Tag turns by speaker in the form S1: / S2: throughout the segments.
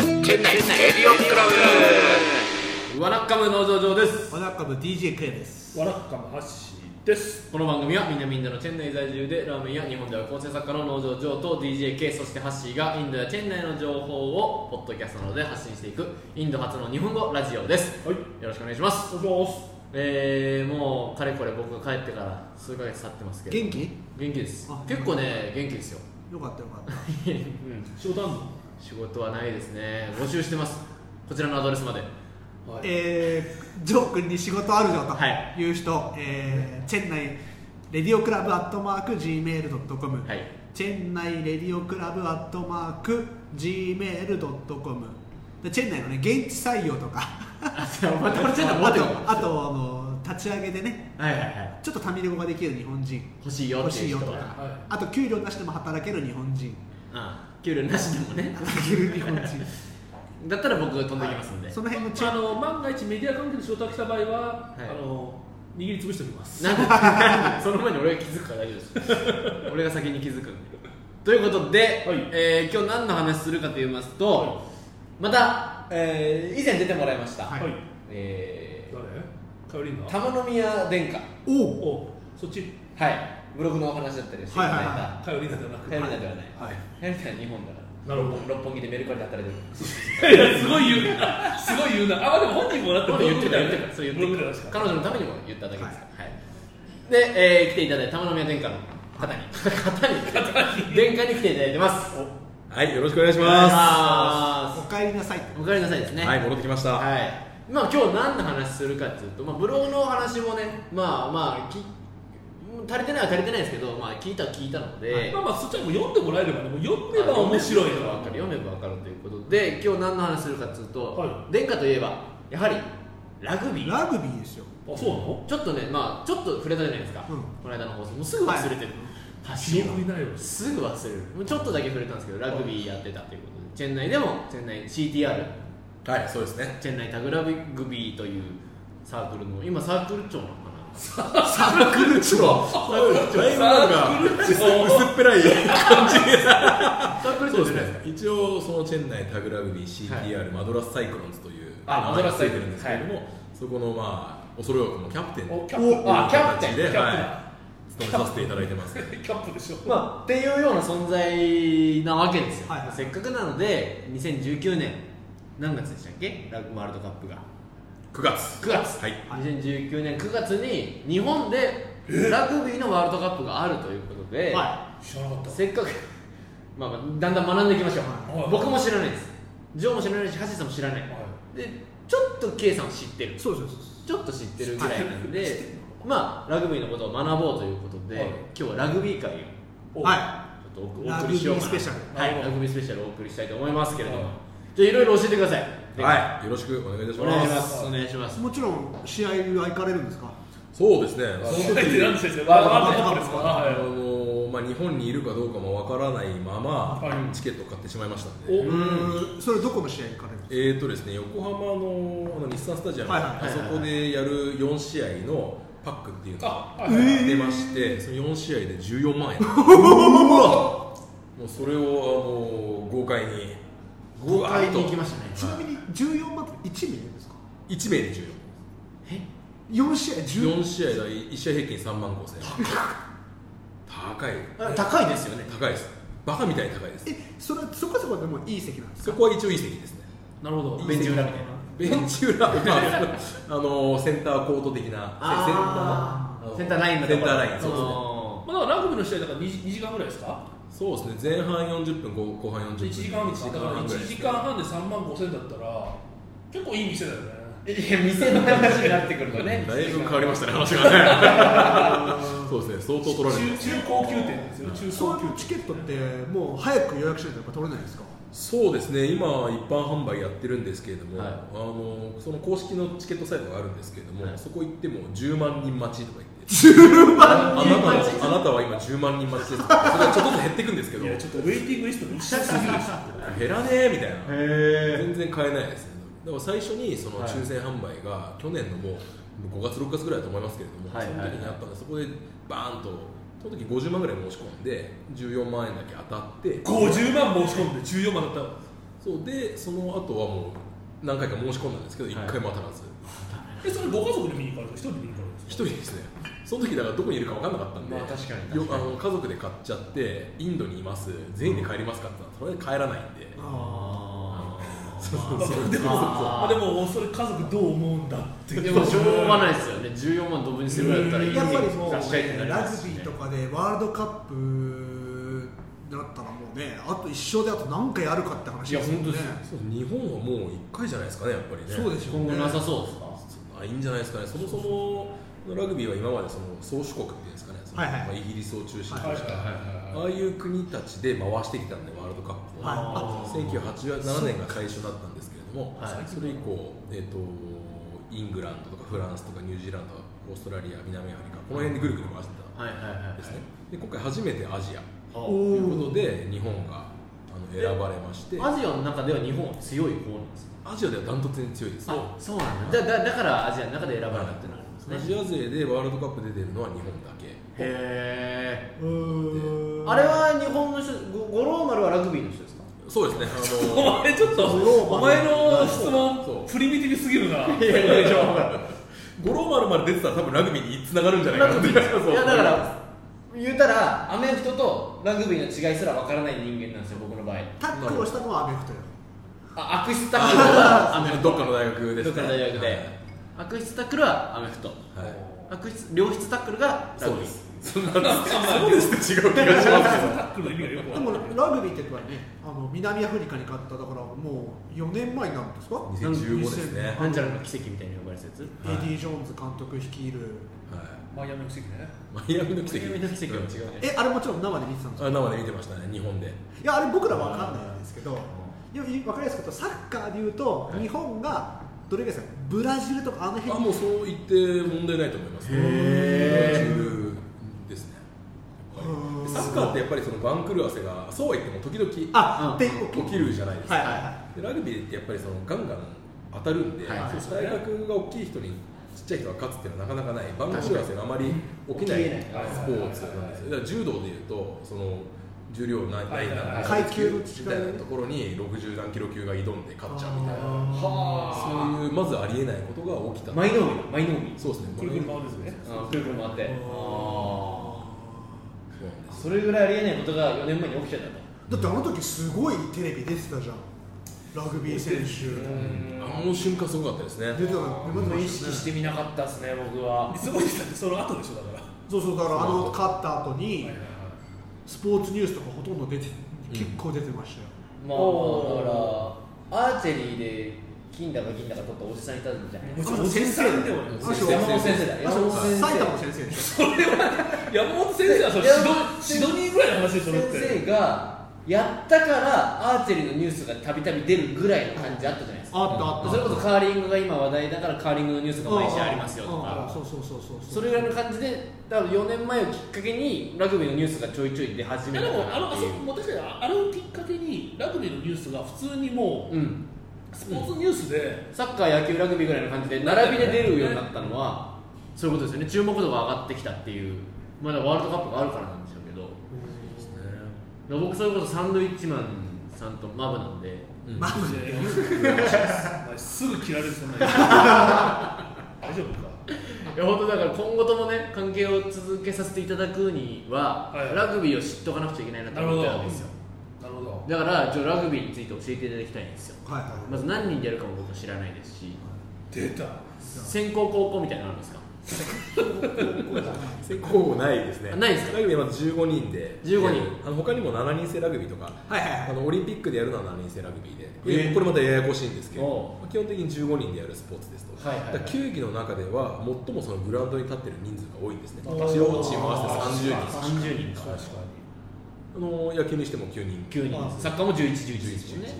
S1: エリオンクラブ
S2: わらっかむ農場上です
S3: ワナッカブ DJK です
S4: わらっかもはっしーです
S2: この番組は南インドのチェン内在住でラーメンや日本では構成作家の農場上と DJK そしてハッシーがインドやチェン内の情報をポッドキャストなどで発信していくインド初の日本語ラジオです
S4: はい
S2: よろしくお願いします
S4: お願いします
S2: えー、もうかれこれ僕が帰ってから数ヶ月経ってますけど
S3: 元気
S2: 元気です
S3: あ
S2: 結構ね元気で すよ
S3: よかったよかった
S4: 仕事あんの
S2: 仕事はないですね募集してますこちらのアドレスまで
S4: はい
S3: えー、ジョー君に仕事あるぞ
S2: はい
S3: という人、えーチェンナイレディオクラブアットマーク Gmail.com、
S2: はい
S3: チェンナイレディオクラブアットマーク Gmail.com でチェンナイのね現地採用とか
S2: あじゃあまたこれちょっと
S3: あ
S2: 待
S3: と
S2: ってよ
S3: あとあの立ち上げでね
S2: はいはいはい
S3: ちょっとタミル語ができる日本人
S2: 欲しいよ
S3: 欲
S2: って
S3: し
S2: い
S3: いうよ
S2: 人
S3: とか、
S2: は
S4: はい
S3: あと給料なしでも働ける日本 人
S2: うん給料なしでもね
S3: 働ける日本人
S2: だったら僕飛んできますんで、
S3: その辺のチ
S4: ま
S3: ェ
S4: ああ
S3: ン
S4: の万が一メディア関係で仕事が来た場合は、
S2: はい
S4: あの握りつぶしておきます
S2: なんで その前に俺が気づくから大丈夫です俺が先に気づくんでということで、
S4: はい
S2: えー今日何の話するかと言いますと、
S4: は
S2: また、えー以前出てもらいました、
S3: はい
S4: はい
S2: え
S4: 誰カヨリン
S2: ー、
S4: ナ
S2: 玉宮殿下
S3: おう
S4: おそっち
S2: はいブログのお話だったりしていただい
S3: はいはい
S2: た
S4: カヨリンナじゃなく
S2: 流行りなではない
S3: はい
S2: 流行りなは日本だから
S4: なるほど
S2: 六本木でメルカリで働いてる
S4: てい やすごい言うなすごい言うなあでも本人もらって
S2: 言
S4: も
S2: ってた言ってたそう言って
S4: ブログで
S2: た
S4: 確か
S2: 彼女のためにも言っただけですから、はいで、えー来ていただいた玉宮殿下の方に方に殿下に来ていただいてます
S1: はいよろしくお願いし
S2: お願いし
S1: ま
S3: お
S2: ま
S3: かえりなさい
S2: すおかえりなさいですね
S1: すはい戻ってきましたは
S2: はいまあ今日何の話するかっていうと、まあ、ブログのお話もねまあまあき足りてないは足りてないですけど、まあ、聞いたは聞いたので、
S4: まあまあそっちはもう読んでもらえればねもう読めば面白いの
S2: わかる読めばわかるということで今日何の話するかというと、
S4: は
S2: 殿下といえばやはりラグビー
S3: ラグビーですよ
S4: あそうなの
S2: ちょっとねまあちょっと触れたじゃないですか、
S3: うん
S2: この間の放送もうすぐ忘れてる、
S4: 記
S2: 走
S4: 憶にないわ
S2: すぐ忘れるもうちょっとだけ触れたんですけどラグビーやってたということでチェン内でもチェン内 CTR
S1: いそうですね
S2: チェン内タグラグビーというサークルの今サークル長なのかな
S3: サークル長
S1: だいぶなんか薄っぺらい
S2: サークル長じゃないですす
S1: そうで
S2: か
S1: ね一応そのチェン内タグラグビー CTR、マドラスサイクロンズという
S2: あマドラスサイクロン
S1: 名前がついてるんですけれども、
S2: は
S1: そこのまあ恐れ多くもキャプテン
S4: おキャ
S3: お
S4: ップ
S2: あキャプテン
S1: という形
S4: キャプ
S1: で、
S4: テン
S1: はい、務めさせていただいてます
S4: キャップでしょ
S2: まあ、っていうような存在なわけですよ、
S3: はいはい
S2: せっかくなので2019年何月でしたっけラグワールドカップが
S1: 9月
S2: 9月
S1: はい
S2: 2019年9月に日本でラグビーのワールドカップがあるということで、
S3: は
S4: 知らなかった
S2: せっかく、まあまあ、だんだん学んでいきましょう、
S4: はい
S2: 僕も知らないですジョーも知らないし橋さんも知らない、
S4: い
S2: でちょっと K さんは知ってる
S3: いそうそうそう
S2: ちょっと知ってるぐらいなんで、まあ、ラグビーのことを学ぼうということで、
S4: はい
S2: 今日はラグビー会を
S3: そう
S4: お
S3: は
S2: ちょっとおお送りしようかな
S3: ラグビースペシャ
S4: ル
S2: はい、
S4: なるほ
S2: ラ
S4: ど
S2: グビースペシャルをお送りしたいと思いますけれども、
S4: はい
S2: じゃあいろいろ教えてください
S1: はいよろしくお願いいたし
S2: お
S1: ま
S2: 願い
S1: す
S2: しますお願いしま
S3: い
S2: す
S3: もちろん試合は行かれるんですか
S1: そうですね
S4: そ
S1: その
S4: の
S1: 時
S4: 時なんでしたっけ
S3: ワ
S4: ワ
S3: ー
S4: ール
S3: ル
S4: ドカップ
S3: ドカップで
S4: ですす
S3: か
S4: か
S1: あ
S4: はい
S1: のまあ、日本にいるかどうかもわからないまま、
S4: はい
S1: チケットを買ってしまいましたんで、
S4: お
S3: うんそれどこの試合行かれるんですか
S1: えーとですね、横浜のあの日産スタジアム、
S3: はいはい
S2: はい
S3: はい
S1: あそこでやる4試合のパックっていうのが
S4: あはいはい
S1: 出まして、その4試合で14万円、 もうそれをあの豪快に、
S2: 豪快に行きま
S1: し
S2: したね
S3: ちなみに14万って1名ですか
S1: 1名で14、
S2: え
S3: 4試合10
S1: 4試合だ、1試合平均3万5千円、高い、
S2: あ高いですよね
S1: 高いです、バカみたいに高いです、
S3: えそれはそこそこでもいい席なんです
S1: そ
S3: か
S1: こは一応いい席ですね、
S4: なるほど
S2: ベンチ裏みたいな
S1: ベンチ裏は、あのセンターコート的な、センター。
S2: あーセンターラインのところ
S1: センターラインそうですね
S2: そ
S4: まあだからラグビーの試合だから 2, 時二時間ぐらいですか
S1: そうですね前半40分後後半40分
S4: 1時間半です
S1: 一
S4: ねだから1時間半で3万5千だったら結構いい店だよね
S2: うですねいや店の話になってくるとね
S1: だいぶ変わりましたね話がねそうですね相当取られて
S4: 中
S1: ます
S4: 中高級店ですよ中
S3: そ
S4: 高
S3: うい
S4: 級
S3: うチケットってもう早く予約しないとやっぱ取れないんですか
S1: そうですね今一般販売やってるんですけれども、
S2: はい
S1: あのその公式のチケットサイトがあるんですけれども、
S2: はい
S1: そこ行っても10万人待ちとか言って
S3: 10
S1: あ
S3: 万
S1: なたはあなたは今10万人待ちですそれがちょっとずつ減っていくんですけど
S4: いやちょっとウェイティングリストむちゃくちゃすぎるでしょ
S1: 減らねえみたいな
S2: へ
S1: 全然買えないですねでも最初にその
S2: はい
S1: 抽選販売が去年のもう5月6月ぐらいだと思いますけれども、
S2: はいはいはい
S1: その時にあったのでそこでバーンとその時50万ぐらい申し込んで14万円だけ当たって
S4: 50万申し込んで14万だったの
S1: そうでその後はもう何回か申し込んだんですけど一
S2: はい
S1: 回も当たらず、
S4: えそれご家族で見に行かれた一人で見に行かれたんで
S1: 一
S4: すか
S1: 人ですねその時だからどこにいるか分かんなかったんで、
S2: まあ確かに
S1: よ
S2: 確か
S1: あ
S2: に
S1: の家族で買っちゃってインドにいます全員で帰りますかって言ったらそれは帰らないんで
S2: あ
S1: そうそう
S4: まあ
S1: そう
S4: でも
S2: あ
S4: あでもそれ家族どう思うんだって
S2: ーでもしょうがないですよね14万ドブにするぐらいだったらいい
S3: やっぱりもう、
S2: 出したいってなりま
S3: ラ
S2: す
S3: グ
S2: し
S3: ビ
S2: ね
S3: ーとかでワールドカップだったらもうねあと一生であと何回やるかって話
S2: いや
S3: ですもんね
S2: 本当です
S1: そう日本はもう1回じゃないですかねやっぱりね
S3: そうですよ
S2: 今後
S3: ね
S2: なさそうですか
S1: ないんじゃないですかね、そもそもラグビーは今までその宗主国っていうんですかね、その
S3: はいはい
S1: まあイギリスを中心とした、
S4: はいはい
S1: あ
S4: はい
S1: あいう国たちで回してきたんで、ワールドカップを、
S3: はい
S2: あー
S1: 1987年が最初だったんですけれども、
S2: はい
S1: それ以降、えーと、イングランドとかフランスとかニュージーランド、オーストラリア、南アフリカ、この辺でぐるぐる回して
S2: はいはいはいはい
S1: たんですね、で今回初めてアジ
S2: あ
S1: ア
S3: お
S1: と
S3: ー
S1: いうことで、日本があの選ばれまして、
S2: アジアの中では日本は強い方なんですか
S1: アジアではダントツに強いですね。
S2: あそうなんだじゃあだだからアジアの中で選ばれたっていうのはありますね
S1: アジア勢でワールドカップ出てるのは日本だけ。
S2: へ
S3: うー
S2: え
S3: ん
S2: あれは日本の人五五郎丸はラグビーの人ですか
S1: そうですね。あの
S4: お 前ちょっと
S3: グローバル
S4: お前の質
S1: そ
S4: 問
S1: う
S4: プリミティブすぎるない
S2: やいやいや
S1: 五郎丸まで出てたら多分ラグビーに繋がるんじゃない
S2: ラ
S1: か
S2: グ
S1: な
S2: ビーいやだから言うたらアメフトとラグビーの違いすらわからない人間なんですよ僕の場合
S3: タックルをしたのはアメフトよ
S2: あ悪質タ ックルはアメ
S1: あ
S2: フ
S1: の
S2: ト
S1: どっかの大学です
S2: どっかの
S1: ね
S2: 大学で悪質タックルはアメフト
S1: はい、はい
S2: 悪質良質タックルがラ
S1: そ
S2: グビ
S1: うで
S2: ー
S1: すそんなそうですって違う気がし
S4: タ
S1: ます
S4: ックルの意味がよく
S3: で
S4: わか
S3: も
S4: ん
S3: ラ
S4: ない
S3: グビーってやっぱりねあの南アフリカに勝っただからもう4年前になるんですか
S1: けど2015ですね、はい
S2: なんちゃらの奇跡みたいに呼ばれるやつ
S3: エディ・ジョーンズ監督率いる
S4: マイアミの奇跡ね
S1: マイアミの奇
S2: 奇
S1: 跡
S2: 跡の奇跡は違うね
S3: えあれもちろん生で見てたんです
S1: あ
S3: か
S1: 生で見てましたね日本で
S3: いやあれ僕らわかんないんですけどいや分かりやすく言うとサッカーで言うと日本がどれぐらいですかブラジルとかあの
S1: あ
S3: 辺に
S1: もうそう言って問題ないと思います
S3: へ
S1: ブラジルですねやっぱり
S3: うーん
S1: サッカーってやっぱりその番狂わせがそうは言っても時々
S3: あで
S1: 起きるじゃないですか、
S3: はいはいはい
S1: でラグビーってやっぱりそのガンガン当たるんで、
S2: はいはい
S1: そう体格が大きい人にちっちゃい人が勝つっていうのはなかなかない番狂わせがあまり起きな
S2: 起き
S1: いス
S2: れ
S1: ポ
S2: ない
S1: ーツなんですよだから柔道でいうとその重量何
S4: はい
S1: 何
S4: はいはい
S1: 何
S3: 階級の違い
S1: みたいなところに60何キロ級が挑んで勝っちゃうみたいな
S2: は
S1: そういうまずありえないことが起きた
S2: 舞の海舞の海
S1: そうですね
S4: くるくる回るですね
S2: うんくるくる回って
S1: そうなんです
S2: それぐらいありえないことが4年前に起きちゃったと
S3: だってあの時すごいテレビ出てたじゃんラグビー選手
S1: あの瞬間すごかったですね
S3: 出てたの出てま
S2: 意
S3: し
S2: 識
S3: たよ
S2: し
S3: ね
S2: てみなかったですね僕は
S4: すごいですねその後でしょだから
S3: そうそうだからあの勝った後にスポーツニュースとかほとんど出て
S1: ん
S3: 結構出てましたよ
S2: まあ
S4: おー
S2: だからアーチェリーで金だか銀だか取ったおじさんいたじゃない
S4: もちろんおじさんでもない
S1: 先生
S2: 山本先生だ
S3: あ
S2: 山
S3: そう
S2: 本先生
S3: 埼玉の先生でしょ
S4: 山本先生はそれシドシドニーぐらいの話でしょだって
S2: 先生がやったからアーチェリーのニュースがたびたび出るぐらいの感じあったじゃないですか
S3: あったあった
S2: それこそカーリングが今話題だからカーリングのニュースが毎週ありますよと
S3: うん
S2: か
S3: そうそうそうそう
S2: それぐらいの感じで多分4年前をきっかけにラグビーのニュースがちょいちょい出始
S4: い
S2: め
S4: や
S2: た
S4: で
S2: か
S4: もあ
S2: な
S4: の
S2: っ
S4: あ
S2: てい
S4: そうこ確かにああれをきっかけにラグビーのニュースが普通にも
S2: うん
S4: うスポーツニュースで
S2: サッカー野球ラグビーぐらいの感じで並びで出るようになったのはそういうことですよね注目度が上がってきたっていうまだワールドカップがあるからなんでしょうけどだから僕それこそサンドイッチマンさんとマブなんで
S1: うん
S3: マジで
S4: いや すぐ切られるそんなに大丈夫か
S2: いや本当だから今後ともね関係を続けさせていただくには、
S4: はい
S2: ラグビーを知っとかなくちゃいけないなと思ってたんですよ
S4: なるほど
S2: だからちょっとラグビーについて教えていただきたいんですよ
S3: はいはい
S2: まず何人でやるかも僕は知らないですし
S4: 出た
S2: 先行高校みたいなのあるんですか
S1: 先行ないですね
S2: ないですか
S1: ラグビーはまず15人で
S2: 15人
S1: あの他にも7人制ラグビーとか
S3: はいはいは
S1: あ
S3: い
S1: のオリンピックでやるのは7人制ラグビーで、
S2: えー
S1: これまたややこしいんですけど
S2: お、
S1: 基本的に15人でやるスポーツですと、
S2: はいはいはい
S1: だから球技の中では最もそのグラウンドに立ってる人数が多いんですね、
S4: あ
S1: 両
S4: ー
S1: チーム合わせて30人、
S2: 30人か
S4: 確か
S1: あの野球にしても9人
S2: 9
S3: あ
S2: 人サッカーも11、11ですもんね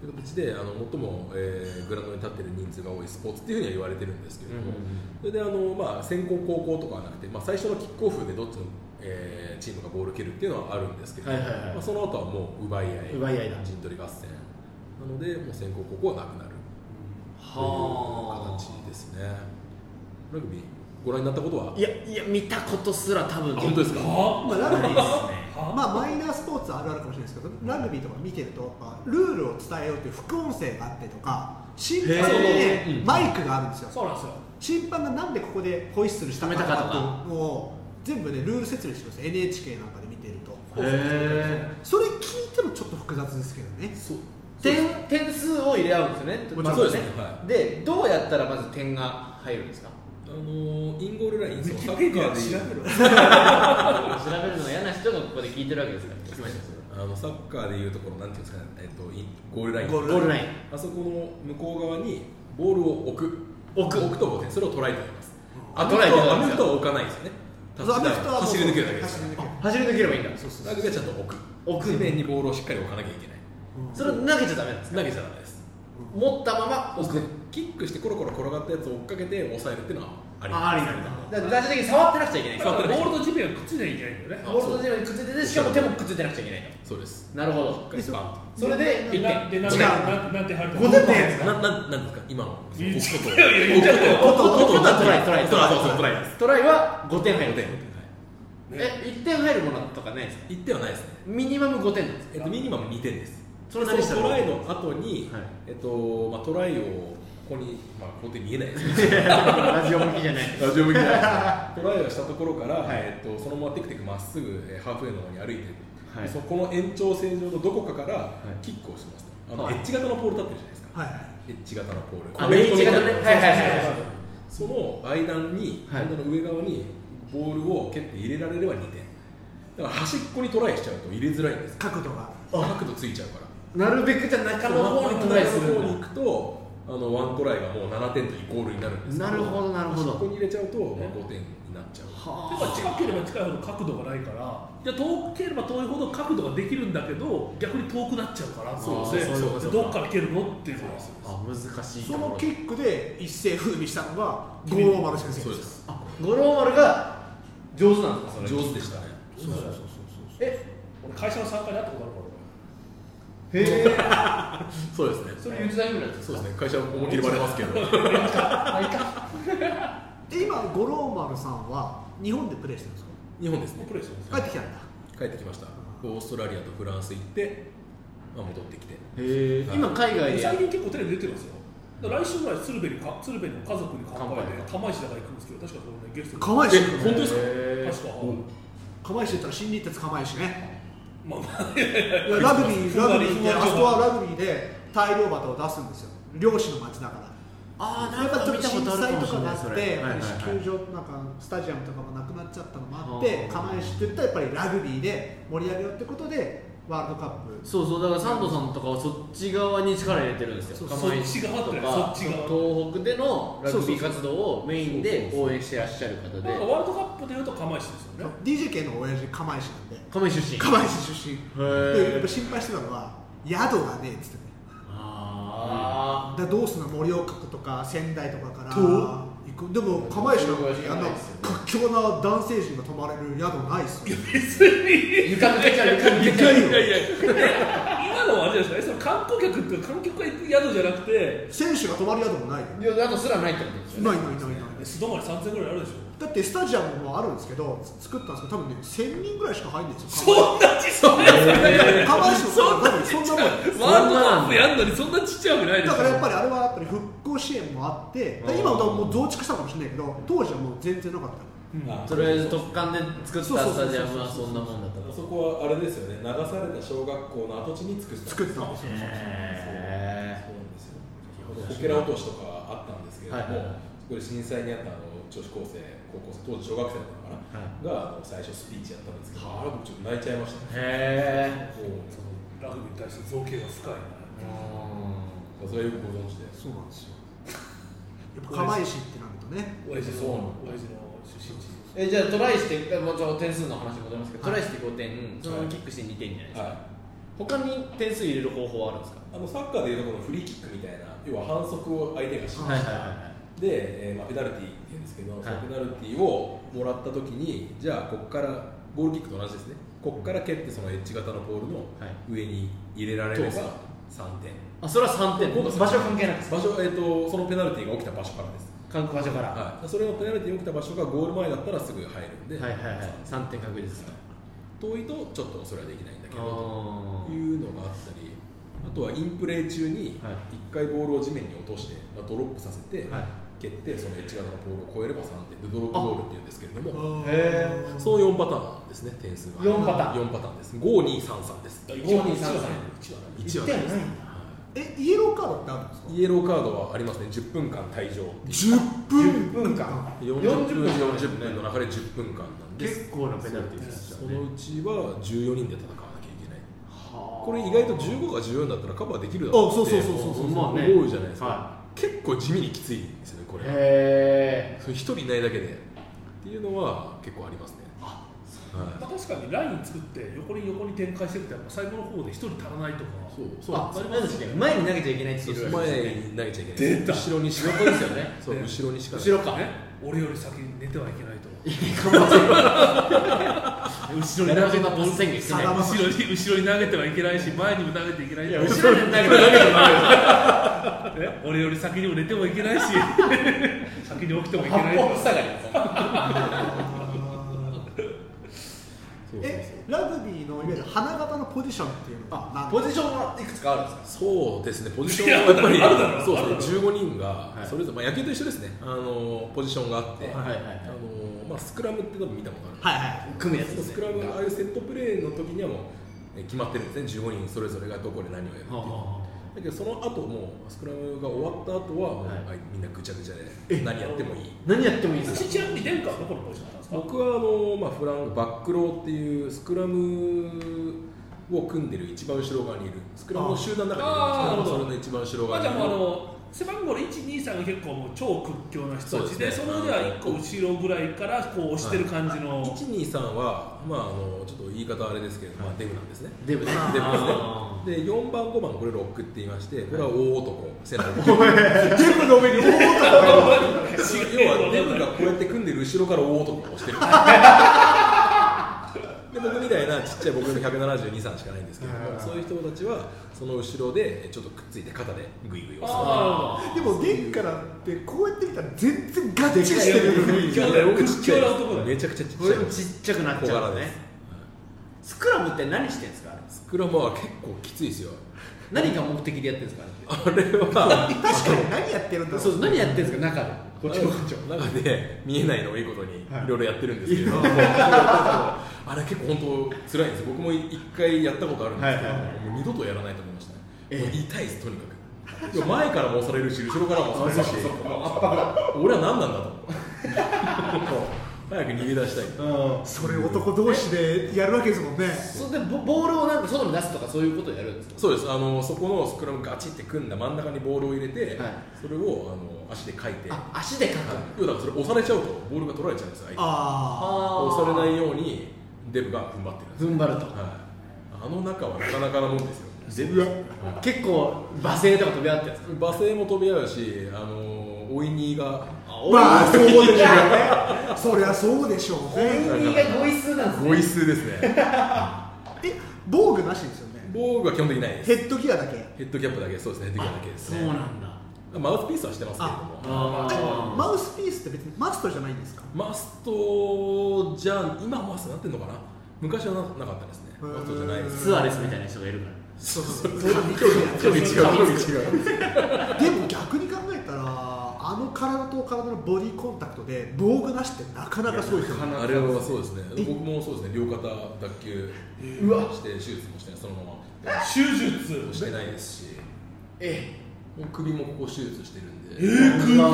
S1: という形で、あの最も、えーグラウンドに立ってる人数が多いスポーツっていうふうには言われてるんですけれども、それであの、まあ、先行後攻とかはなくて、まあ、最初のキックオフでどっちの、えーチームがボールを蹴るっていうのはあるんですけど、
S2: はいはいはい
S1: まあ、その後はもう奪い合い、
S2: 奪い合いだ
S1: 陣取り合戦なので、もう先行後攻はなくなる。という
S2: は
S1: 形ですね。ラグビーご覧になったことは？
S2: あいやいや見たことすら多分
S1: あ本当ですか
S4: は
S3: まあラ
S2: な
S3: グ
S2: い
S3: ビ
S2: で
S3: ー
S2: すね
S4: あは
S3: まあ、マイナースポーツあるあるかもしれないですけどラグビーとか見てると、まあルールを伝えようっていう副音声があってとか審判に
S2: へ
S3: ね
S2: ーうん
S3: マイクがあるんですよ
S4: そうなんですよ
S3: 審判がなんでここでホイッスルしたのか
S2: 止めたかとか
S3: とを全部ねルール説明してます NHK なんかで見てると
S2: へ
S3: それ聞いてもちょっと複雑ですけどね
S1: そう
S2: 点点数を入れ合うんですよね
S1: もちろん
S2: まず
S1: そうですねは
S2: でどうやったらまず点が入るん ですか
S1: あのーインゴールライン
S4: ウ
S1: そ
S4: ィ
S1: う
S4: キ
S1: サッカ
S4: ペ
S1: ー
S4: デ
S1: で
S4: ィアで
S1: い
S4: 調
S1: う
S4: べろ
S2: 調べるのが嫌な人がここで聞いてるわけですから聞きました
S1: あのサッカーでいうところなんていうんですかね、えっと、インゴールライン
S3: ゴール
S2: ゴールライン
S1: あそこの向こう側にボールを置く
S2: 置く
S1: 置くとボールそれを捉えております
S2: あ
S1: ア
S2: 捉
S1: メ
S2: え
S1: フ
S2: て
S1: ト
S2: た
S1: は
S2: んです
S1: ア
S2: よ
S1: メフトは置かないですよねタッチダウン
S3: もう
S1: 走り抜けるだけで
S3: 走
S1: す
S3: り抜ける
S2: 走り抜ければいいんだ
S3: そうそうそ
S1: ラ
S3: う
S1: グビーはちゃんと置く
S2: 置く
S1: 地面にボールをしっかり置かなきゃいけない
S3: うん
S2: それを投げちゃダメなんですか
S1: 投げちゃダメです
S2: 持ったまま置く
S1: キックしてコロコロ転がったやつを追っかけて抑えるっていうのはあり
S2: あありなんだだから最終的に触ってなくちゃいけない
S4: だから
S2: ボ
S4: ボー
S2: ー
S4: ル
S2: ル
S4: と地面はくっついてはいけないんだよね
S1: あ
S2: ボールの地面にくっついててしかも手もくっついてなくちゃいけない
S1: そうです
S2: となるほど
S1: しっかりスパン
S2: それで
S4: で
S2: 1
S4: な
S2: 点
S4: で
S2: 違
S4: なな
S2: う
S3: 違う
S4: ななんて入る
S2: 五点です
S1: となななんですか今の置
S4: 言っちゃ
S1: くこ
S4: っ
S1: と
S4: たよ言っちゃったよ
S1: 置くこと
S2: ト
S1: 置くこと
S2: ライトライトライ
S1: トライそうそうトライです
S2: トライは5点入る
S1: 5点はい
S2: え1点入るものとかないですか
S1: 1点はないですね
S2: ミニマム5点なんですか
S1: えっとミニマム2点です
S2: それ何したの
S1: トライの後に、
S2: はい
S1: えっとまあ、トライをここに、まあ、ここで見えないですけど
S2: ラジオ向きじゃない
S1: ラジオ向きだトライをしたところから、
S2: はい
S1: えっと、そのままテクテクまっすぐえーハーフウェイの方に歩いて、
S2: はい
S1: そこの延長線上のどこかから
S2: い
S1: キックをします、あの
S2: はい
S1: エッジ型のポール立ってるじゃないですか、
S3: はい
S1: エッジ型のポール
S2: あメイチ型ねはいはいはい
S1: その間に、
S2: はい
S1: 間の上側にボールを蹴って入れられれば2点だから端っこにトライしちゃうと入れづらいんですよ
S3: 角度が
S1: 角度ついちゃうから
S2: なるべくじゃあ中の方にトライする
S1: 中の方に
S2: ん
S1: 行くとあのワントライがもう7点とイコールになるんです
S2: だなるほどなるほど
S1: ここに入れちゃうと、まあ、5点になっちゃう
S4: でも近ければ近いほど角度がないからじゃあ遠ければ遠いほど角度ができるんだけど逆に遠くなっちゃうから
S2: そう
S4: で
S2: そうそうそうそう
S4: どっから蹴るのっていうことですよ
S2: あ難しいと
S3: そ
S2: ころ
S3: のキックで一世風靡したのが五郎丸先生
S1: そう
S3: で
S1: ですす
S2: あ五郎丸が上手なんですかそれ
S1: 上手でしたね
S4: そうそうそうそう
S2: え
S4: 俺会社の3階で会ったことあるか
S2: へえ
S1: そうですね
S2: それ言って大丈夫なんです
S1: そう
S2: か
S1: ですね会社は思いっきりバレますけど
S2: あいか
S3: で今五郎丸さんは日本でプレーしてるんです
S1: 日本です
S4: ら
S1: ね
S4: プレーしてます
S3: か帰ってきたんだ
S1: 帰ってきましたオーストラリアとフランス行って、まあ、戻ってきて
S2: へえ今海外でや
S4: 最近結構テレビ出てますよだから来週ぐらい鶴瓶にか鶴瓶の家族に乾杯で釜石だから行くんですけど確かそのねゲストに
S3: 釜石
S1: え本当ですか
S2: へ
S4: 確か、
S3: 釜石って言ったら新日鉄釜 石ね
S4: まあまあ
S3: いやラグビー
S4: ふんわ
S3: ラ
S4: り
S3: グビーってあそこはラグビーで大漁旗を出すんですよ漁師の町だから
S2: ああ
S3: やっぱちょっと震災とかがあって、
S2: はいはいはい
S3: 球場なんかスタジアムとかもなくなっちゃったのもあっ
S2: は
S3: て、
S2: あ
S3: 釜石って言ったらやっぱりラグビーで盛り上げようってことで、ワールドカップ、
S2: そうそうだからサンドさんとかはそっち側に力入れてるんですよ
S4: そう
S2: 釜石
S4: そっち側って
S2: と
S4: ね
S2: か
S4: そっち側
S2: 東北でのラグビー活動をメインで応援してらっしゃる方で
S4: なんかワールドカップでいうと釜石ですよね
S3: DJK の親父、釜石なんで、
S2: 釜石出身
S3: 釜石出身、
S2: へえ
S3: でやっぱ心配してたのは、宿がねえっつってね、
S2: あ
S3: だからどうすんの、盛岡とか仙台とかから
S4: 遠っ
S3: 行く、でも釜石なんかにあんな
S2: ないですよね
S3: 屈強な男性陣が泊まれる宿ないっすよ、
S4: 別に
S2: あ床抜けちゃう床抜けちゃう
S3: いや
S1: いやいや
S4: 今のはあれじゃないですかその観光客っていうか観客が行く宿じゃなくて
S3: 選手が泊まる宿もないよ、
S2: いやあとすらないってことですよね
S3: ないないないない。
S4: 素泊まり3000ぐらいあるでしょ
S3: だってスタジアムもあるんですけど作ったんですけど多分ね1000人ぐらいしか入んないんですよ
S4: そんなちっちゃい
S3: 釜石の多分そんなもん
S4: ワールドカップやんのにそんなちっちゃいわけないでし
S3: だ
S4: ょ
S3: からやっぱりあれはやっぱり復興支援もあって
S2: うん
S3: 今は多分もう増築したかもしれないけど当時はもう全然なかった
S1: あ
S2: とりあえず特艦で作ったスタジアムはそんなもんだった
S1: そこはあれですよね流された小学校の跡地に作った
S3: 作ったんですよ
S2: へ
S1: そうなんですよこけら落としとかあったんですけれども、
S2: はいはいはい
S1: そこで震災にあったあの女子高生高校生当時小学生だったのかな、があの最初スピーチやったんですけど、あれ僕ちょっと泣いちゃいましたね
S2: えへえ
S1: もう
S4: ラグビーに対して造形が深いな
S1: それはよくご存知で
S3: そうなんですよやっぱ釜石ってなるとね
S4: 親父
S2: そう
S4: の
S2: なの
S4: 親父の出身地
S2: えじゃあトライしてもうちょっと点数の話戻りますけど、トラ
S3: はい
S2: イして5点そのままキックして2点じゃないですか、
S1: はい
S2: 他に点数入れる方法はあるんですか
S1: あのサッカーでいうとこのフリーキックみたいな要は反則を相手がしました、
S3: はいはい
S1: で、えーまあ、ペナルティーって言うんですけど、
S2: い
S1: そのペナルティーをもらった時にじゃあここからゴールキックと同じですねここから蹴ってそのエッジ型のボールの上に入れられれば3
S2: 通す
S1: 点
S2: あそれは3点
S1: 僕
S2: 場所関係ないです
S1: 場所、えー、とそのペナルティーが起きた場所からです、
S2: 韓国場所から、は
S1: はい、それのペナルティーが起きた場所がゴール前だったらすぐ入るん
S2: い、
S1: で、
S2: はいはいはい3点確実です
S1: 遠いとちょっとそれはできないんだけ
S2: あ
S1: どというのがあったりあとはインプレー中に
S2: はい
S1: 1回ボールを地面に落として、まあドロップさせて、
S2: はい
S1: 蹴ってそのエッジ型のボールを超えれば3点でドロップゴールっていうんですけれども
S2: へー
S1: その4パターンですね点数が
S2: 四パターン
S1: 四パターンです5233です
S2: 5 2 3
S1: 1は
S2: 点
S1: ない
S2: ない
S1: で
S2: んだ
S1: す
S3: えイエローカードってあるんですか
S1: イエローカードはありますね10分間退場
S3: 10
S2: 10
S3: 分
S2: 分間
S1: 40分
S2: 40
S1: 40分の中で10分間なんです
S2: 結構なペナルティーです
S1: そのうちは14人で戦わなきゃいけないこ
S2: こ
S1: れ意外と15が14だったらカバーできるだ
S3: あ
S1: ろ
S3: そう
S1: っ
S3: そう
S1: て
S3: そうそうそう
S2: まあね
S1: 思うじゃないですか
S2: は
S1: 結構地味にきついんですよねこれ
S2: へえ
S1: それ1人いないだけでっていうのは結構ありますねはい
S4: まあ、確かにライン作って横に横に展開していくとやっぱ最後の方で一人足らないとか
S1: そうそう
S2: あ
S1: なんです
S2: それなんですね前に投げちゃいけないって
S1: そう
S2: いう
S1: そう
S2: ルールです
S1: 前
S2: ね
S1: に投げちゃいけない
S4: 出た
S1: 後ろにしかないですよねそう
S4: ね
S1: 後ろにしかない
S2: 後ろか
S4: 俺より先に寝てはいけないと後ろに投げ
S2: なるほどなボン宣言してない
S3: さ
S4: 後ろに後ろに投げてはいけないし前にも投げてはいけない
S2: い
S4: し
S2: や後ろに投げちゃいけない
S4: え俺より先にも寝てもいけないし先に起きてもいけない
S2: 八
S4: と
S2: 本下がりです
S1: そうそう
S3: えラグビーのいわゆる花形のポジションっていうのは
S2: あ
S3: 何
S2: ポジションはいくつかあるんですか
S1: そうですね、ポジションはやっぱり、そうですね、15人が
S2: はい
S1: それぞれ、まあ、野球と一緒ですね、あのポジションがあって、
S2: はいはいは
S1: あ
S2: い
S1: のまあ、スクラムって多分見たことあるんで
S3: はいはい
S2: 組むやつですす
S1: けど、
S2: ね
S1: スクラム、ああいうセットプレーの時にはもうえ決まってるんですね、15人それぞれがどこで何をやるっていう、
S2: はあは
S1: だけどその後もう、スクラムが終わった後はもう、
S2: はい
S1: はいみんなぐちゃぐちゃで、何やってもいい。
S2: 何やってもいいんですか
S4: ちなみに殿下はどこのポジションなんですか
S1: 僕はあの、まあ、フランバックローっていうスクラムを組んでる一番後ろ側にいるスクラムの集団の中
S4: あー
S1: にいる
S4: なるほ
S1: スクラム
S4: ど
S1: それの一番後ろ
S4: ま
S1: 側
S4: あ、じ
S1: に
S4: ゃあも
S1: いる
S4: うあの背番号の123が結構もう超屈強な人たちで
S1: そ
S4: そう
S1: ですね
S4: のでは1個後ろぐらいからこう押してる感じ の、
S1: 123は、まあ、あのちょっと言い方あれですけど、まあ、デブなんですね
S2: デブね
S1: デブですねで4番5番これロックって言いましてこれは大男背中に要
S3: 全部の上に大男が
S1: はデブがこうやって組んでる後ろから大男を押し てるで僕みたいなちっちゃい僕の1723しかないんですけどもそういう人たちはその後ろでちょっとくっついて肩でグイグイ押す
S4: あ
S3: でも玄からってこうやって見たら全然ガッチリして
S4: でかい
S3: る
S4: よ
S1: いや僕ちっちゃ
S4: 屈
S1: い
S4: 強な男だよ
S1: めちゃくちゃちっ
S2: こ
S1: ちゃ
S2: れ
S1: い
S2: もちっちゃくなっちゃうのねスクラムって何してんですかあれ
S1: スクラムは結構きついですよ
S2: 何が目的でやってるんですかあ
S1: あれは
S3: 確かに何やってるんだ
S2: れ
S3: ろ
S2: そうう何やってるんですか中でこっちもこっちも
S1: 中で見えないのをいいことにい
S2: はい
S1: ろいろやってるんですけど、あれ結構本当辛いんです僕も一回やったことあるんですけど、
S2: はいはいはい
S1: もう二度とやらないと思いましたね、
S2: ええ
S1: もう痛いですとにかくでも前からも押されるし後ろからも押されるし俺は何なんだと思うもう早く逃げ出したい
S2: うん
S3: それ男同士でやるわけですもんね
S2: それでボボールをなんか外に出すとかそういうことをやるんですか
S1: そうですあのそこのスクラムガチって組んだ真ん中にボールを入れて、
S2: はい
S1: それをあの足でかいて、
S2: あ足でかく
S1: 要はだからそれ押されちゃうとボールが取られちゃうんですよ相手
S3: あ
S1: 押されない
S2: よ
S1: ようにデブが踏ん張ってるんです
S2: 踏ん張ると
S1: はい、あの中はなかなかなもんですよ、
S2: 結構罵声とか飛び合ってるんですか
S1: 罵声も飛び合うし、あのー、おいにが、
S3: あまあそうでしょうねそりゃそうでしょうね
S2: 本人がご一数なんですね
S1: ごい数ですね、
S3: え防具なしですよね
S1: 防具は基本的にないです、
S3: ヘッドギアだけ
S1: ヘッドキャップだけ、そうですね、ヘッドキャップだけです
S2: そう
S1: ね、
S2: なんだ
S1: マウスピースはしてますけれども、
S2: あ
S3: え
S2: ー
S3: マウスピースって別にマストじゃないんですか
S1: マストじゃ、今マストなってんのかな、昔はななかったですね、
S3: へー
S1: マストじゃないです、
S2: スアレスみたいな人がいるから
S1: そうそうそう、興味違う、興味違う、
S3: でも逆に考えたらあの体と体のボディコンタクトで防具なしってなかなかすごいですよね
S1: あれはそうですね、僕もそうですね、両肩脱臼して、手術もして、そのまま。
S4: 手術
S1: してないですし、
S2: え
S1: もう首もここ手術してるんで、
S2: 首
S1: そう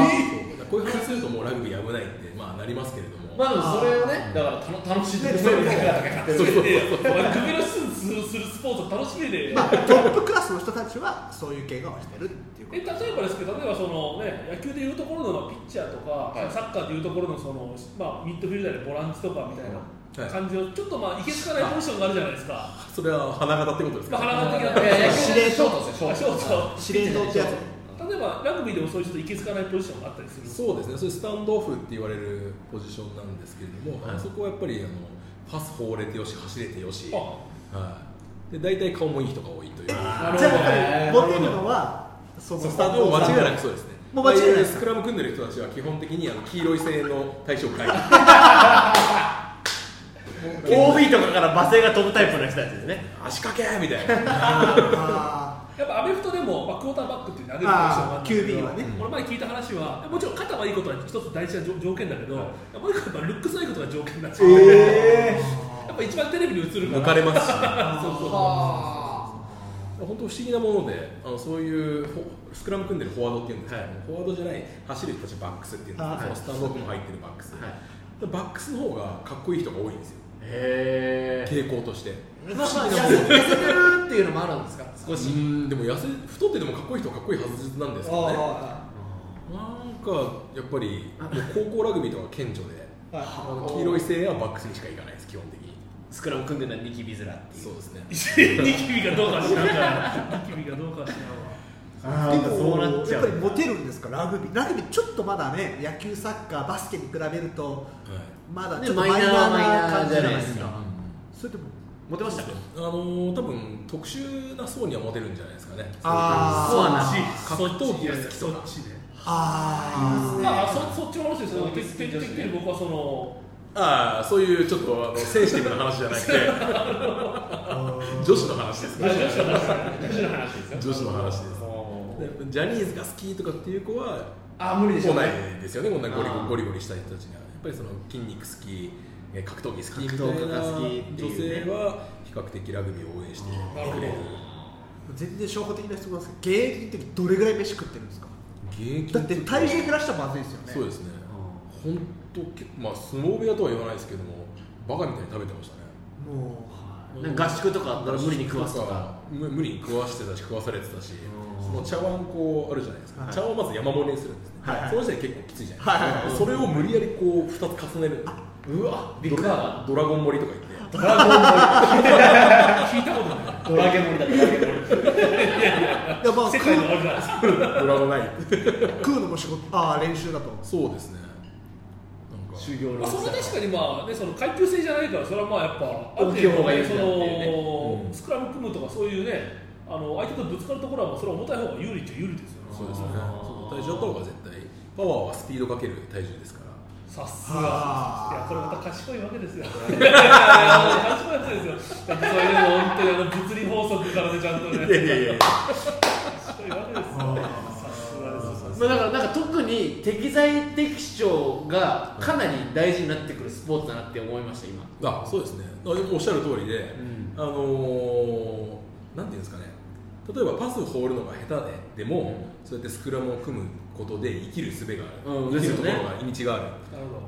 S1: こういう話するともうラグビー危ないって、まあ、なりますけれども、
S2: まあでもそれをねだからたの楽しんでる
S3: ねそれ
S4: そ
S3: も
S4: うそう首の手術するスポーツを楽しみで、
S3: まあ、トップクラスの人たちはそういう怪我をしてるっていうこ
S4: え例えばですけど例えばその、ね、野球でいうところのピッチャーとか、
S2: はい
S4: サッカーでいうところのその、まあ、ミッドフィルダーでボランチとかみたい
S1: は
S4: ない感じの、ちょっとまあいけつかないポジションがあるじゃないですか、
S1: それは花形ってことです
S4: まあ、
S1: か、
S4: 花形的な
S2: ええええ
S4: シ
S2: 司令塔ですよ
S4: ョートショー
S3: と司令塔ってやつ
S4: ト例えばラグビーでもそういうちょっといけつかないポジションがあったりする
S1: そうですね、そういうスタンドオフって言われるポジションなんですけれども、
S2: はい
S1: そこはやっぱりあのパス放れてよし、走れてよし、
S4: あ
S1: はい、で大体顔もいい人が多いという、
S2: なるほど
S3: じゃあやっぱりモテるのはその
S1: スタンドオフ間違いなくそうですね。
S3: もう間違いない
S1: ああうスクラム組んでる人たちは基本的にあの黄色い声援の対象外
S2: OB とかから罵声が飛ぶタイプの人たちですね
S1: 足掛けみたいな
S3: あ
S4: やっぱアメフトでも、まあ、クォーターバックっていう投げるポジションがあるんだけど
S3: QB はね
S4: これ前聞いた話はもちろん肩はいいことは一つ大事な条条件だけど、もう一個やっぱルックスのいいことが条件になっちゃう、
S3: え
S4: やっぱ一番テレビに映るから
S1: 抜かれますし
S4: そうそう
S1: 本当不思議なものであのそういうフォスクラム組んでるフォワードっていうんですけど、フォワードじゃない走る人たちバックスっていうんです
S3: あー
S1: け
S3: は
S1: ど
S3: い
S1: スタンドオフも入ってるバックス、
S2: はい
S1: でバックスの方がかっこいい人が多いんですよ
S2: へえ
S1: 傾向として
S5: まあまあ、痩せ痩せてるっていうのもあるんですか、少
S1: う
S5: し。
S1: んでも痩せ太っててもかっこいい人はかっこいいはずなんですけどね
S5: あ
S1: なんかやっぱりもう高校ラグビーとか顕著で
S5: あはい
S1: あの黄色い声援はバックスにしか行かないです基本的に
S2: スクラム組んでるのはニキビズラっていう
S1: そうですね
S4: ニキビがどうかは知らんからニキビがどうかは知
S2: あ
S3: で
S2: ーそうな
S3: も
S2: っち
S3: や
S2: ゃ
S3: っ
S2: う
S3: ぱりモテるんですかラグビーラグビーちょっとまだね野球サッカーバスケに比べると
S1: はい
S3: まだ
S2: ね
S3: ちょっと
S2: マ
S3: マ
S2: イ
S3: イ
S2: ナ
S3: ナ
S2: ー
S3: ー
S2: な
S3: な
S2: 感
S3: 感
S2: じ
S3: じ
S2: じ
S3: じ
S2: ゃ
S3: ゃ
S2: な
S3: ないい
S2: で
S3: ですす
S2: か
S3: かそれとも
S2: モテましたか
S1: あのー多分特殊な層にはモテるんじゃないですかね
S3: あー
S2: そうなんだ
S4: らんわそっち
S1: 格闘技が好き
S4: そっちね
S3: あー
S4: あそそっちの話ですよ結局的に僕はその
S1: ああそういうちょっとあのセンシティブな話じゃ なくて女子の話ですね
S2: 女子の話ですよ
S1: 女子の話ですでジャニーズが好きとかっていう子は
S2: あー無理でしょ
S1: 来
S2: うね
S1: ないですよねこんなゴリゴ
S2: あー
S1: リゴリゴリした人たちがやっぱりその筋肉好きえー格闘技好きみたい
S2: 格闘家
S1: な
S2: が好きってい
S1: 女
S2: うね
S1: 性は比較的ラグビーを応援してくれる
S3: 全然初歩的な質問ですけど芸人ってどれぐらい飯食ってるんですか
S1: 現役
S3: だって体重減らしたらまずいですよね
S1: そうですね本当結構まあ相撲部屋とは言わないですけどもバカみたいに食べてましたね
S3: も
S2: なんか合宿とかあったら無理に食わすとか
S1: む無理に食わしてたし食わされてたし
S2: うん
S1: その茶碗こうあるじゃないですか、
S3: はい
S1: 茶碗をまず山盛りにするんですね、
S3: はい
S1: その時点で結構きついじゃ
S3: はい
S1: ない
S3: はい
S1: で
S3: は
S1: すか、それを無理やりこう2つ重ねる
S2: うわビッ
S1: ド
S2: グバーガー
S1: ラドラゴン盛りとか 言って
S4: 聞いたことない
S2: ドラゲモリだドラゲモリ
S3: ういや まあ
S4: 世
S3: 食
S4: 界の
S3: う
S4: あるから
S1: ドラゴンないって
S3: 食うのも仕事ああ練習だと
S1: そうですねなんか
S2: 修行
S4: ま
S2: の
S4: あ、それは確かにまあ、ね、その階級制じゃないから、それはまあやっぱ、ある
S2: 大きい
S4: 程
S2: 方
S4: 度
S2: がいいん
S4: ね
S2: だ
S4: そ
S2: っていうね
S4: の
S1: うん
S4: スクラム組むとか、そういうね、あの相手とぶつかるところは、それは重たい方が有利っちゃ有利ですよね、
S1: そうですね
S2: あー
S1: そう体重あった方が絶対パワーはスピードかける体重ですから
S4: さすが、い
S3: はあ
S4: や、これまた賢いわけです よ、賢いわけですよ、だってそれでも本当にあの物理法則からね、ちゃんとね、
S1: いやいや
S4: 賢いわけですよ、さすがですよ。
S2: まあ、だからなんか特に適材適所がかなり大事になってくるスポーツだなって思いました今
S1: あそうですねあおっしゃる通りで、
S2: ん
S1: あのーなんていうんですかね例えばパスを放るのが下手ででも、そうやってスクラムを組むことで生きる術がある、
S2: うん
S1: 生きる
S2: です
S1: と
S2: よ
S1: こ
S2: ね
S1: ろが道がある
S4: なるほ
S1: だか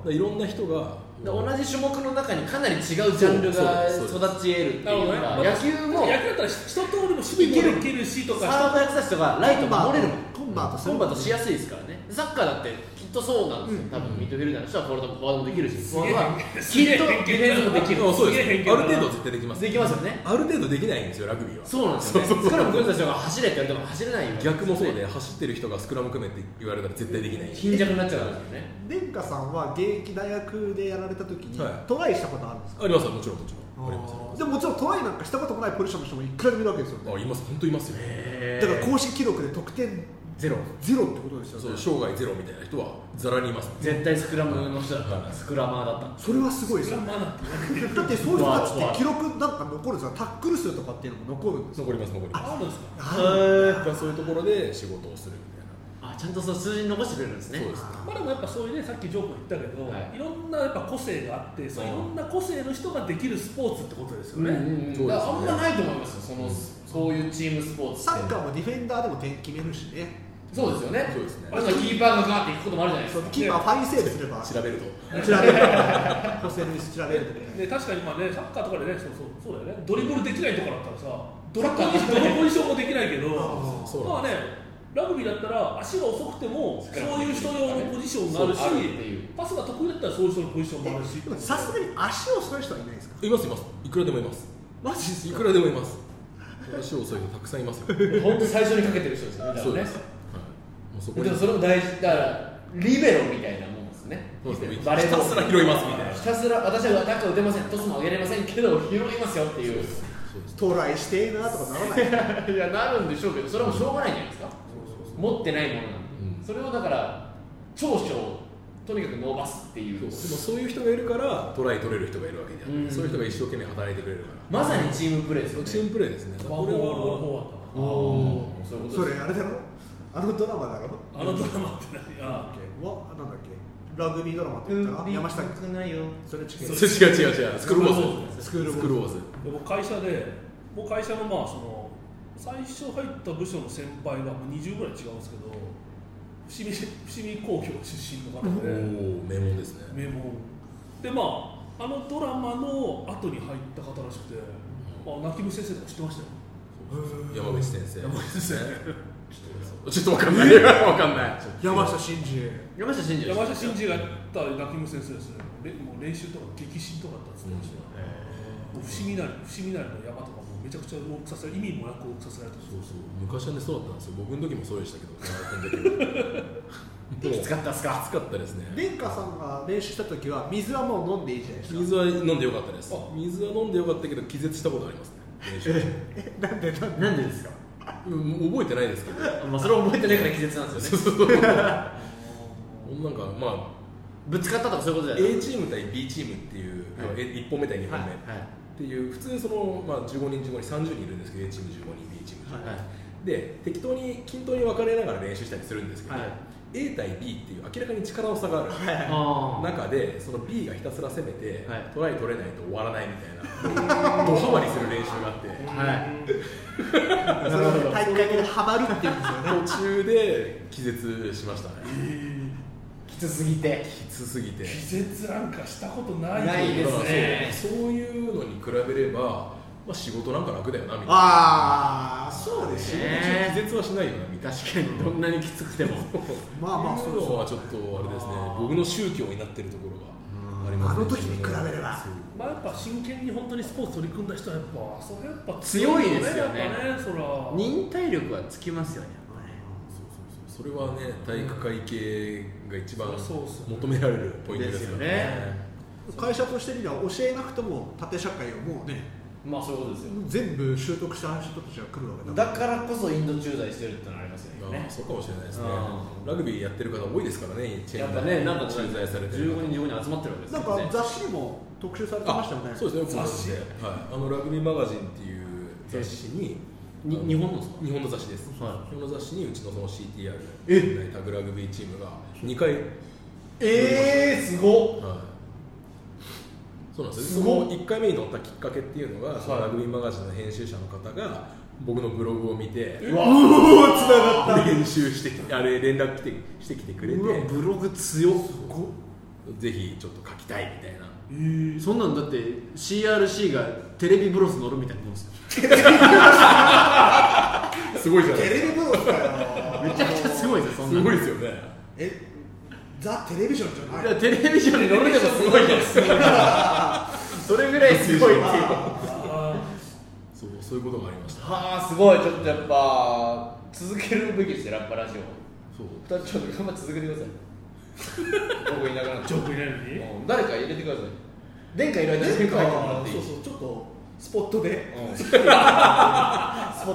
S4: ど
S1: らいろんな人が
S2: で同じ種目の中にかなり違うジャンルが
S1: そう
S2: 育
S1: そうです
S2: ち得るって
S4: なる
S2: い
S4: ほ
S2: う
S4: ど
S2: の
S4: ね
S2: が
S4: まあ
S2: 野球も
S4: 野球だったら一通りも守備もできるしと
S2: サ
S4: か
S2: ーブやってた人がライト
S3: コンバート
S2: 守れるもん
S3: コンバートす
S2: コ
S3: る
S2: ンバートしやすいですからねサッカーだってきっとそうなんですよ多分ミッドフィルダーの人はフォワードもフォワードもできるしフォワードは
S4: す
S2: き
S4: げえ
S2: っとディフェンスもできる
S1: あそうです
S4: すげえ偏見だ
S1: あ
S4: な
S1: る程度絶対できます
S2: できますよね
S1: ある程度できないんですよラグビーは
S2: そうなんですよねスクラム組んだ人が走れって言われても走れないよ
S1: 逆もそうで走ってる人がスクラム組めって言われたら絶対できない
S2: 貧弱になっちゃうからですよね
S3: 殿下さんは現役大学でやられた時に、
S1: はい
S3: トライしたことあるんですか
S1: ありますよもちろんもちろんあります
S3: でももちろんトライなんかしたこともないポジションの人もいくらでもいるわけですよね
S1: あいます本当いますよ
S3: だ
S2: へ
S3: から公式記録で得点
S2: ゼロ
S3: ゼロってことですよ
S1: そう
S3: ね
S1: 生涯ゼロみたいな人はざらにいます
S2: 絶対スクラムの人だったんだスクラマーだったんだ
S3: それはすごいですよねだってそういう人たちって記録なんか残るんですよタックル数とかっていうのも残るんですよ
S1: 残ります残ります
S4: あるんですか
S1: だからそういうところで仕事をするみたいな
S2: あちゃんとその数字に残してくれるんですね
S1: そうです
S4: まあ、でもやっぱそういうねさっきジョー君言ったけど、
S2: はい
S4: い、ろんなやっぱ個性があってそういろんな個性の人ができるスポーツってことですよね、
S1: そうですね
S2: だからあんまないと思いますよそのそういうチームスポーツって
S3: サッカーもディフェンダーでも点決めるしね
S2: そうですよね
S1: そうですね
S2: あとはキーパーがガーって行くこともあるじゃないです
S3: そう
S2: か
S3: キーパーファインセーブすれば
S1: 調べると
S3: 知られるホセルに知られるとね
S4: で確かにまあねサッカーとかでねそうそうそうだよねドリブルできないところだったらさどのポジションどのポジションもできないけど
S3: あ
S1: そう
S4: まあ
S1: なんで
S4: ねラグビーだったら足が遅くても
S2: スクラ
S4: そ
S2: ム
S4: ういう人用のポジションがあるし
S2: そうあるっていう
S4: パスが得意だったらそういう人のポジションもあるし
S3: でもさすがに足を遅い人はいないですか
S1: すいますいますいくらでもいます
S3: マジです
S1: い
S3: か
S1: くらでもいます足遅い人たくさんいますよそう
S2: 本当最初にかけてる人ですよねだからね
S1: です、はい、もうそこに
S2: でもそれも大事だからリベロみたいなもんですね
S1: そうですね
S2: バレーボール
S1: ひたすら拾いますみたいな
S2: ひたすら私はなんか打てませんトスも上げれませんけど拾いますよって いう
S1: そうです
S3: トライしてえなとかならない
S2: いやなるんでしょうけどそれはもうしょうがないじゃないですか持ってないものなんで、
S1: うん
S2: それをだから長所をとにかく伸ばすっていう
S1: でもそういう人がいるからトライ取れる人がいるわけであって、
S2: うん
S1: そういう人が一生懸命働いてくれるから、
S2: まさにチームプレーですよね
S1: チームプレーですね
S4: ワンフォーワンワンフォーワンだ
S2: あーそういうこと
S3: そ
S2: で
S3: れ
S2: す
S3: あれだろあのドラマだろ
S4: あのドラマって何あ
S3: わなんだっけラグビードラマって言ったら山下君
S2: ないよ
S3: それ違
S1: そうれ違う違う違うスクールウォーズ
S3: スクールウォーズ
S1: スクールウォーズ
S4: で僕会社でもう会社のまあその最初入った部署の先輩がもう20ぐらい違うんですけど伏見伏見工業出身の方
S1: お
S4: で、
S1: お名門ですね
S4: 名門でまああのドラマの後に入った方らしくて、まあ、泣き虫先生とか知ってましたよ
S1: 山口先生
S4: 山口先
S1: ちょっとわかん ないわかんない
S3: 山下真司
S2: 山下真司
S4: 生山下真司がやった泣き虫先生ですねれもう練習とか激震とかだったって言ってましたよ、もう伏見なり伏見なりの山とかもうめちゃくちゃ多くさせられ意味もなく多くさせられて
S1: そうそう昔はねそうだったんですよ僕の時もそうでした けど大
S2: き
S1: 学の時も
S2: つかったっすか
S1: 暑かったですね
S3: 蓮華さんが練習した時は水はもう飲んでいいじゃないですか
S1: 水は飲んでよかったです
S4: あ
S1: 水は飲んでよかったけど気絶したことありますね練 習中
S3: なんでなん
S2: なんで
S3: で
S2: ですか
S1: うん覚えてないですけど
S2: あまあそれを覚えてないから気絶なんですよね
S1: なんかまあ
S2: ぶつかったとかそういうことじゃない
S1: A チーム対 B チームっていう、
S2: はい
S1: え1本目対2本目、っ
S2: はい
S1: ていう普通その、まあ、15人15人30人いるんですけど A チーム15人 B チーム15人、
S2: はい
S1: で適当に均等に分かれながら練習したりするんですけど、
S2: はい
S1: A 対 B っていう明らかに力の差がある、
S2: あー
S1: 中でその B がひたすら攻めて、
S2: はい
S1: トライ取れないと終わらないみたいなドハマりする練習があって
S2: はい
S3: それで大会でハマるって言うんですよね
S1: 途中で気絶しましたね
S2: きつすぎて
S1: きつすぎて
S4: 気絶なんかしたことない
S2: ないですね
S1: そうそういうのに比べれば、まあ、仕事なんか楽だよなみたいな
S3: ああそうです
S1: 仕
S3: よ
S1: 事中気絶はしないよなみたいな
S2: 確かにどんなにきつくても
S3: まあまあそう
S1: い
S3: で
S1: う
S3: す
S1: の
S3: よ
S1: はちょっとあれですね僕の宗教になってるところがあります
S3: あ
S1: ね
S3: の時に比べれば
S1: そう
S4: まあ、やっぱ真剣に本当にスポーツ取り組んだ人はやっぱそれやっぱ
S2: 強いですよね
S4: やっぱねそら
S2: 忍耐力はつきますよね
S1: それはね体育会系が一番
S4: そうそうそう
S1: 求められるポイントです
S2: ですよ
S1: よね
S2: ね
S3: 会社としてみれば教えなくても縦社会をもうね
S2: まあそういうことですよ
S3: 全部習得した人たちが来るわけだ
S2: だからこそインド駐在してるってのはありますよ
S1: あ
S2: ね
S1: あそうかもしれないですね
S2: う
S1: ラグビーやってる方多いですからねチェ
S2: や
S1: ー
S2: っ
S1: ン
S2: ぱ
S1: で
S2: ねなんか
S1: 駐在されてる方
S2: 15人15人集まってるわけです
S3: な
S2: よ
S3: ん
S2: ね
S3: か雑誌にも特集されてましたよね
S1: そうですね
S4: 雑誌
S1: 僕もはい、あのラグビーマガジンっていう雑誌に
S2: に
S1: あの
S2: 日本のですか
S1: 日本の雑誌です、
S2: は
S1: 日本の雑誌にうちのその CTR
S2: え
S1: えタグラグビーチームが2回、はい、
S2: ええすごっ
S1: そうなんです
S2: す
S1: よ
S2: ご
S1: そ
S2: っ
S1: の1回目に載ったきっかけっていうのが、そのラグビーマガジンの編集者の方が僕のブログを見て
S2: うわ
S1: 練習してきあれ連絡来てしてきてくれて
S2: うわブログ強っ
S1: ぜひちょっと書きたいみたいな
S2: そんなんだって CRC がテレビブロス乗るみたいなもんですよ
S1: すごいじゃない
S3: テ
S1: で
S3: レビブロスだよ
S2: めちゃくちゃすごいですよそ
S1: すか
S2: んな
S1: すごい
S2: の
S1: ですよね
S3: えザ・テレビジョンじゃない
S2: いやテレビジョンに乗るでもすごいですそれぐらいすごいっていうは
S4: あ
S1: そうそういうことがありました
S2: あすごいちょっとやっぱ続けるべきですよラッパラジオ
S1: そう
S2: ちょっと頑張って続けてください僕いなくなっ
S4: ー
S2: ち
S4: ジ
S2: ゃ
S4: ョ
S2: う
S4: ークいないのに
S2: うん誰か入れてください殿下いろいろ
S3: なん
S2: 殿下入ってもら
S3: か
S2: ってい
S3: そ
S2: いうし
S3: そうちょっとスポットで
S2: うんスポッ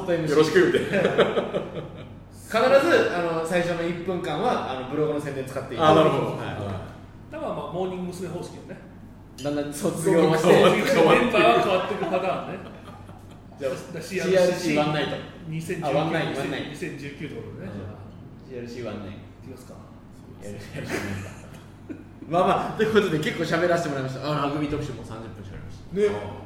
S2: ト MC
S1: よろしくみたいな
S2: 必ずあの最初の1分間はあのブログの宣伝使っていただ
S1: あ
S2: いて
S1: なるほど
S2: は
S4: だからまあモーニング娘。方式でね
S2: い、だんだん卒 業をして
S4: メンバーが変わっていくパターンね
S2: じゃあ
S4: だ
S2: CRC ワンナイト
S4: 2019
S2: あワンナイトワンナイト
S4: 2019ってことでねじゃ
S2: CRC ワンナイ
S4: あいきますか
S2: トやるやるやるまあまあということで結構喋らせてもらいましたあラグビー特集もう30分喋りました
S1: ね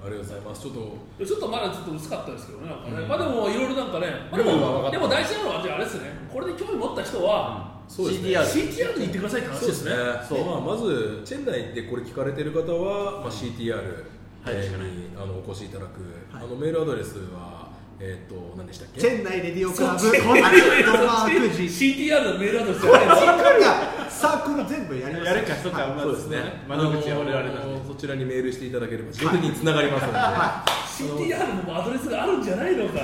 S1: ありがとうございますちょっと
S4: ちょっとまだちょっと薄かったですけどね、なんかね
S1: うん
S4: まあでもいろいろなんかね、まあ、で
S2: ルールは分かっ
S4: も
S2: た
S4: でも大事なのは、じゃああれですね、これで興味持った人は、
S1: そうですね
S2: CTR
S4: CTR に行ってくださいって話ですね。
S1: そうまあ、まずチェンダイでこれ聞かれてる方は、まあ、
S2: は
S1: CTR
S2: い
S1: えー
S2: しかない
S1: にあのお越しいただく、あのメールアドレスはえっ、と何でしたっけ
S3: チェンナイレディオクラブ
S4: そっち
S3: コンタクトマーク G
S4: CTR のメールアドレスじゃないです
S3: サークル全部やります
S2: やるかそうかまあ
S1: そうですね
S2: 窓口は我々な
S1: あ
S2: んで
S1: のそちらにメールしていただければ自動的に繋がりますので、
S4: CTR のもうアドレスがあるんじゃないのか。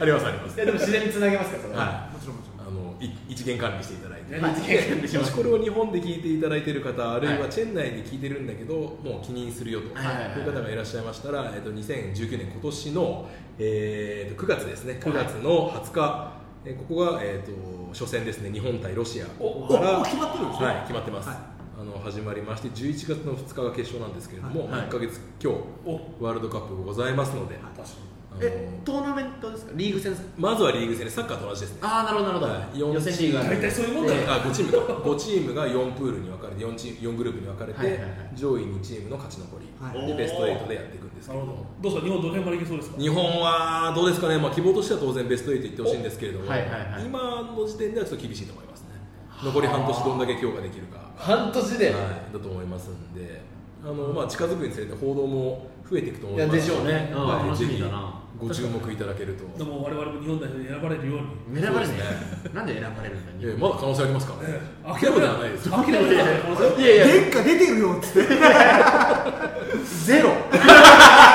S1: ありますあります
S2: いやでも自然につなげますからそれは
S1: は
S3: もちろんもちろ
S1: いあのい一元管理していただいて、
S4: ね
S2: 一元管理し
S1: も
S2: ま
S1: し
S2: す
S1: これを日本で聞いていただいている方、あるい
S2: は
S1: はいチェン内で聞いてるんだけど、もう気にするよと、
S2: はいはいはい
S1: という方がいらっしゃいましたら、えっと2019年、今年の、えーと9月ですね、9月の20日、えーここが、えー、と初戦ですね日本対ロシア
S3: お
S1: から
S3: お決まってるんですね
S1: はい、決まってます、
S3: はい
S1: あの始まりまして11月の2日が決勝なんですけれども、
S2: はい
S1: 1か月今日
S4: お
S1: ワールドカップございますので、
S4: 確かに
S1: あの
S2: えトーナメントですかリーグ戦ですか
S1: まずはリーグ戦でサッカーと同じですね
S2: ああなるほどなるほど、
S1: はい四
S2: 予選リーグがある
S4: 大体そういうもんだよ
S1: あ5チームか5チームが4プールに分かれて 4, チーム四グループに分かれて、
S2: はいはいはい
S1: 上位2チームの勝ち残り、
S3: はい
S1: でベスト8でやっていくんですけ
S4: なる
S1: ど
S4: ほどどうですか日本どの辺までいけそうですか
S1: 日本はどうですかね、まあ、希望としては当然ベスト8行ってほしいんですけれども、
S2: おはいはいはい
S1: 今の時点ではちょっと厳しいと思いますね残り半年どんだけ強化できるか、は
S2: 半年
S1: い、
S2: で、
S1: だと思いますんであの、まあ、近づくにつれて報道も増えていくと思います
S2: いやでしょうねうん
S1: はい
S2: 楽しみ
S1: ぜひ
S2: だな
S1: ご注目いただけると
S4: でも我々も日本代表に選ばれるように
S2: 選ばれるねなんで選ばれるんだ
S1: ええまだ可能性ありますからね諦めではないですよ
S4: 諦めてないこの
S2: いやいや
S3: 殿下出てるよっつって
S2: ゼロ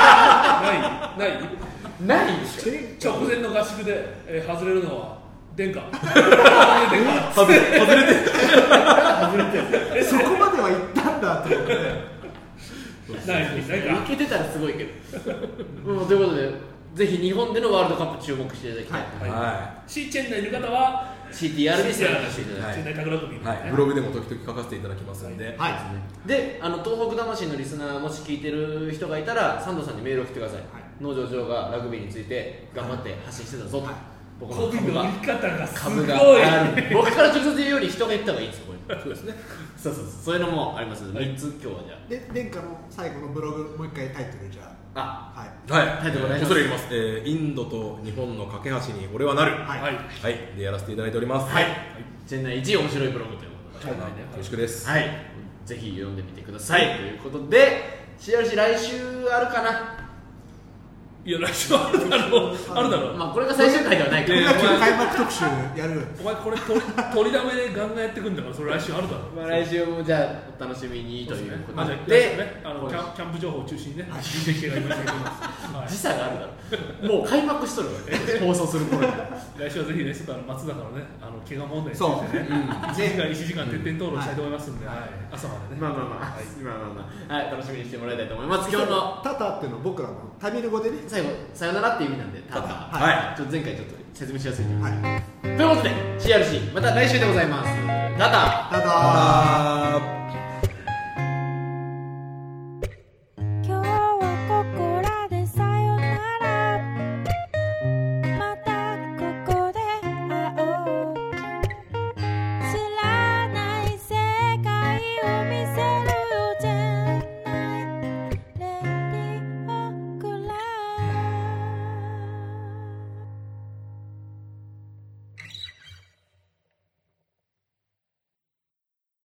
S4: 際ないない
S2: ない
S4: 直前の合宿で、えー外れるのは殿下
S1: 外れ外れて
S3: そこまでは行ったんだと思って
S4: ないない
S2: い
S4: か
S2: けてたらすごいけど、うん、ということでぜひ日本でのワールドカップ注目していただきたい、
S1: はい、は
S4: シーチェンナいる方は
S2: CTR で調べていただきたい
S1: はい
S4: チェンナイタグラグビーの
S1: いブログでも時々書かせていただきますんで、
S3: はい
S2: であの東北魂のリスナーもし聞いてる人がいたらサンドさんにメールを送ってください、農場長がラグビーについて頑張って発信してたぞと、僕
S4: コ
S2: の
S4: ビ
S2: 株
S4: の
S2: が
S4: 生き方がすご
S2: 株
S4: い
S2: がある僕から直接言うより人が言った方がいいんですよこれそうですねそうそうそうそういうのもあります三つ今日はじゃ
S3: で殿下の最後のブログもう一回タイトルじゃ
S2: あ
S3: あはい
S1: はい、
S2: タイトルお願いします
S1: 恐れ入ります、えーインドと日本の架け橋に俺はなる、は
S3: はい
S1: い、でやらせていただいております。
S2: あはいチェンナイ一面白いブログということで、
S1: はい、よろしくです。
S2: はい、ぜひ読んでみてくださいということで CRC 来週あるかない
S4: や来週あるだろうあるだろう
S2: まあこれが最終回ではないけど
S3: これが
S2: ま
S3: 今日開幕特集やる
S4: お前これ取り 取りだめでガンガンやってくんだからそれ来週あるだろう
S2: あ来週もじゃあお楽しみにというこ
S4: まあ
S2: と
S4: じゃあ
S2: で
S4: ねあのキャンキャンプ情報を中心にね人的系がいろいろいますは
S2: 時差があるだろもう開幕しとるわけ放送する頃にはい
S4: 来週はぜひねちょっとあの松だからねあの怪我問題につ
S3: そう
S4: いてね1時間1時間徹底討論したいと思いますんではい朝までね
S2: まあまあまあ、まあまあまあはい楽しみにしてもらいたいと思います今日の
S3: タタっていうのは僕らのタミル語でね
S2: 最後さよならっていう意味なんでただ
S3: はい
S2: ちょっと前回ちょっと説明しやすいと思い
S3: は
S2: ま
S3: い
S2: すということで CRC また来週でございますただ
S3: タタ
S1: あー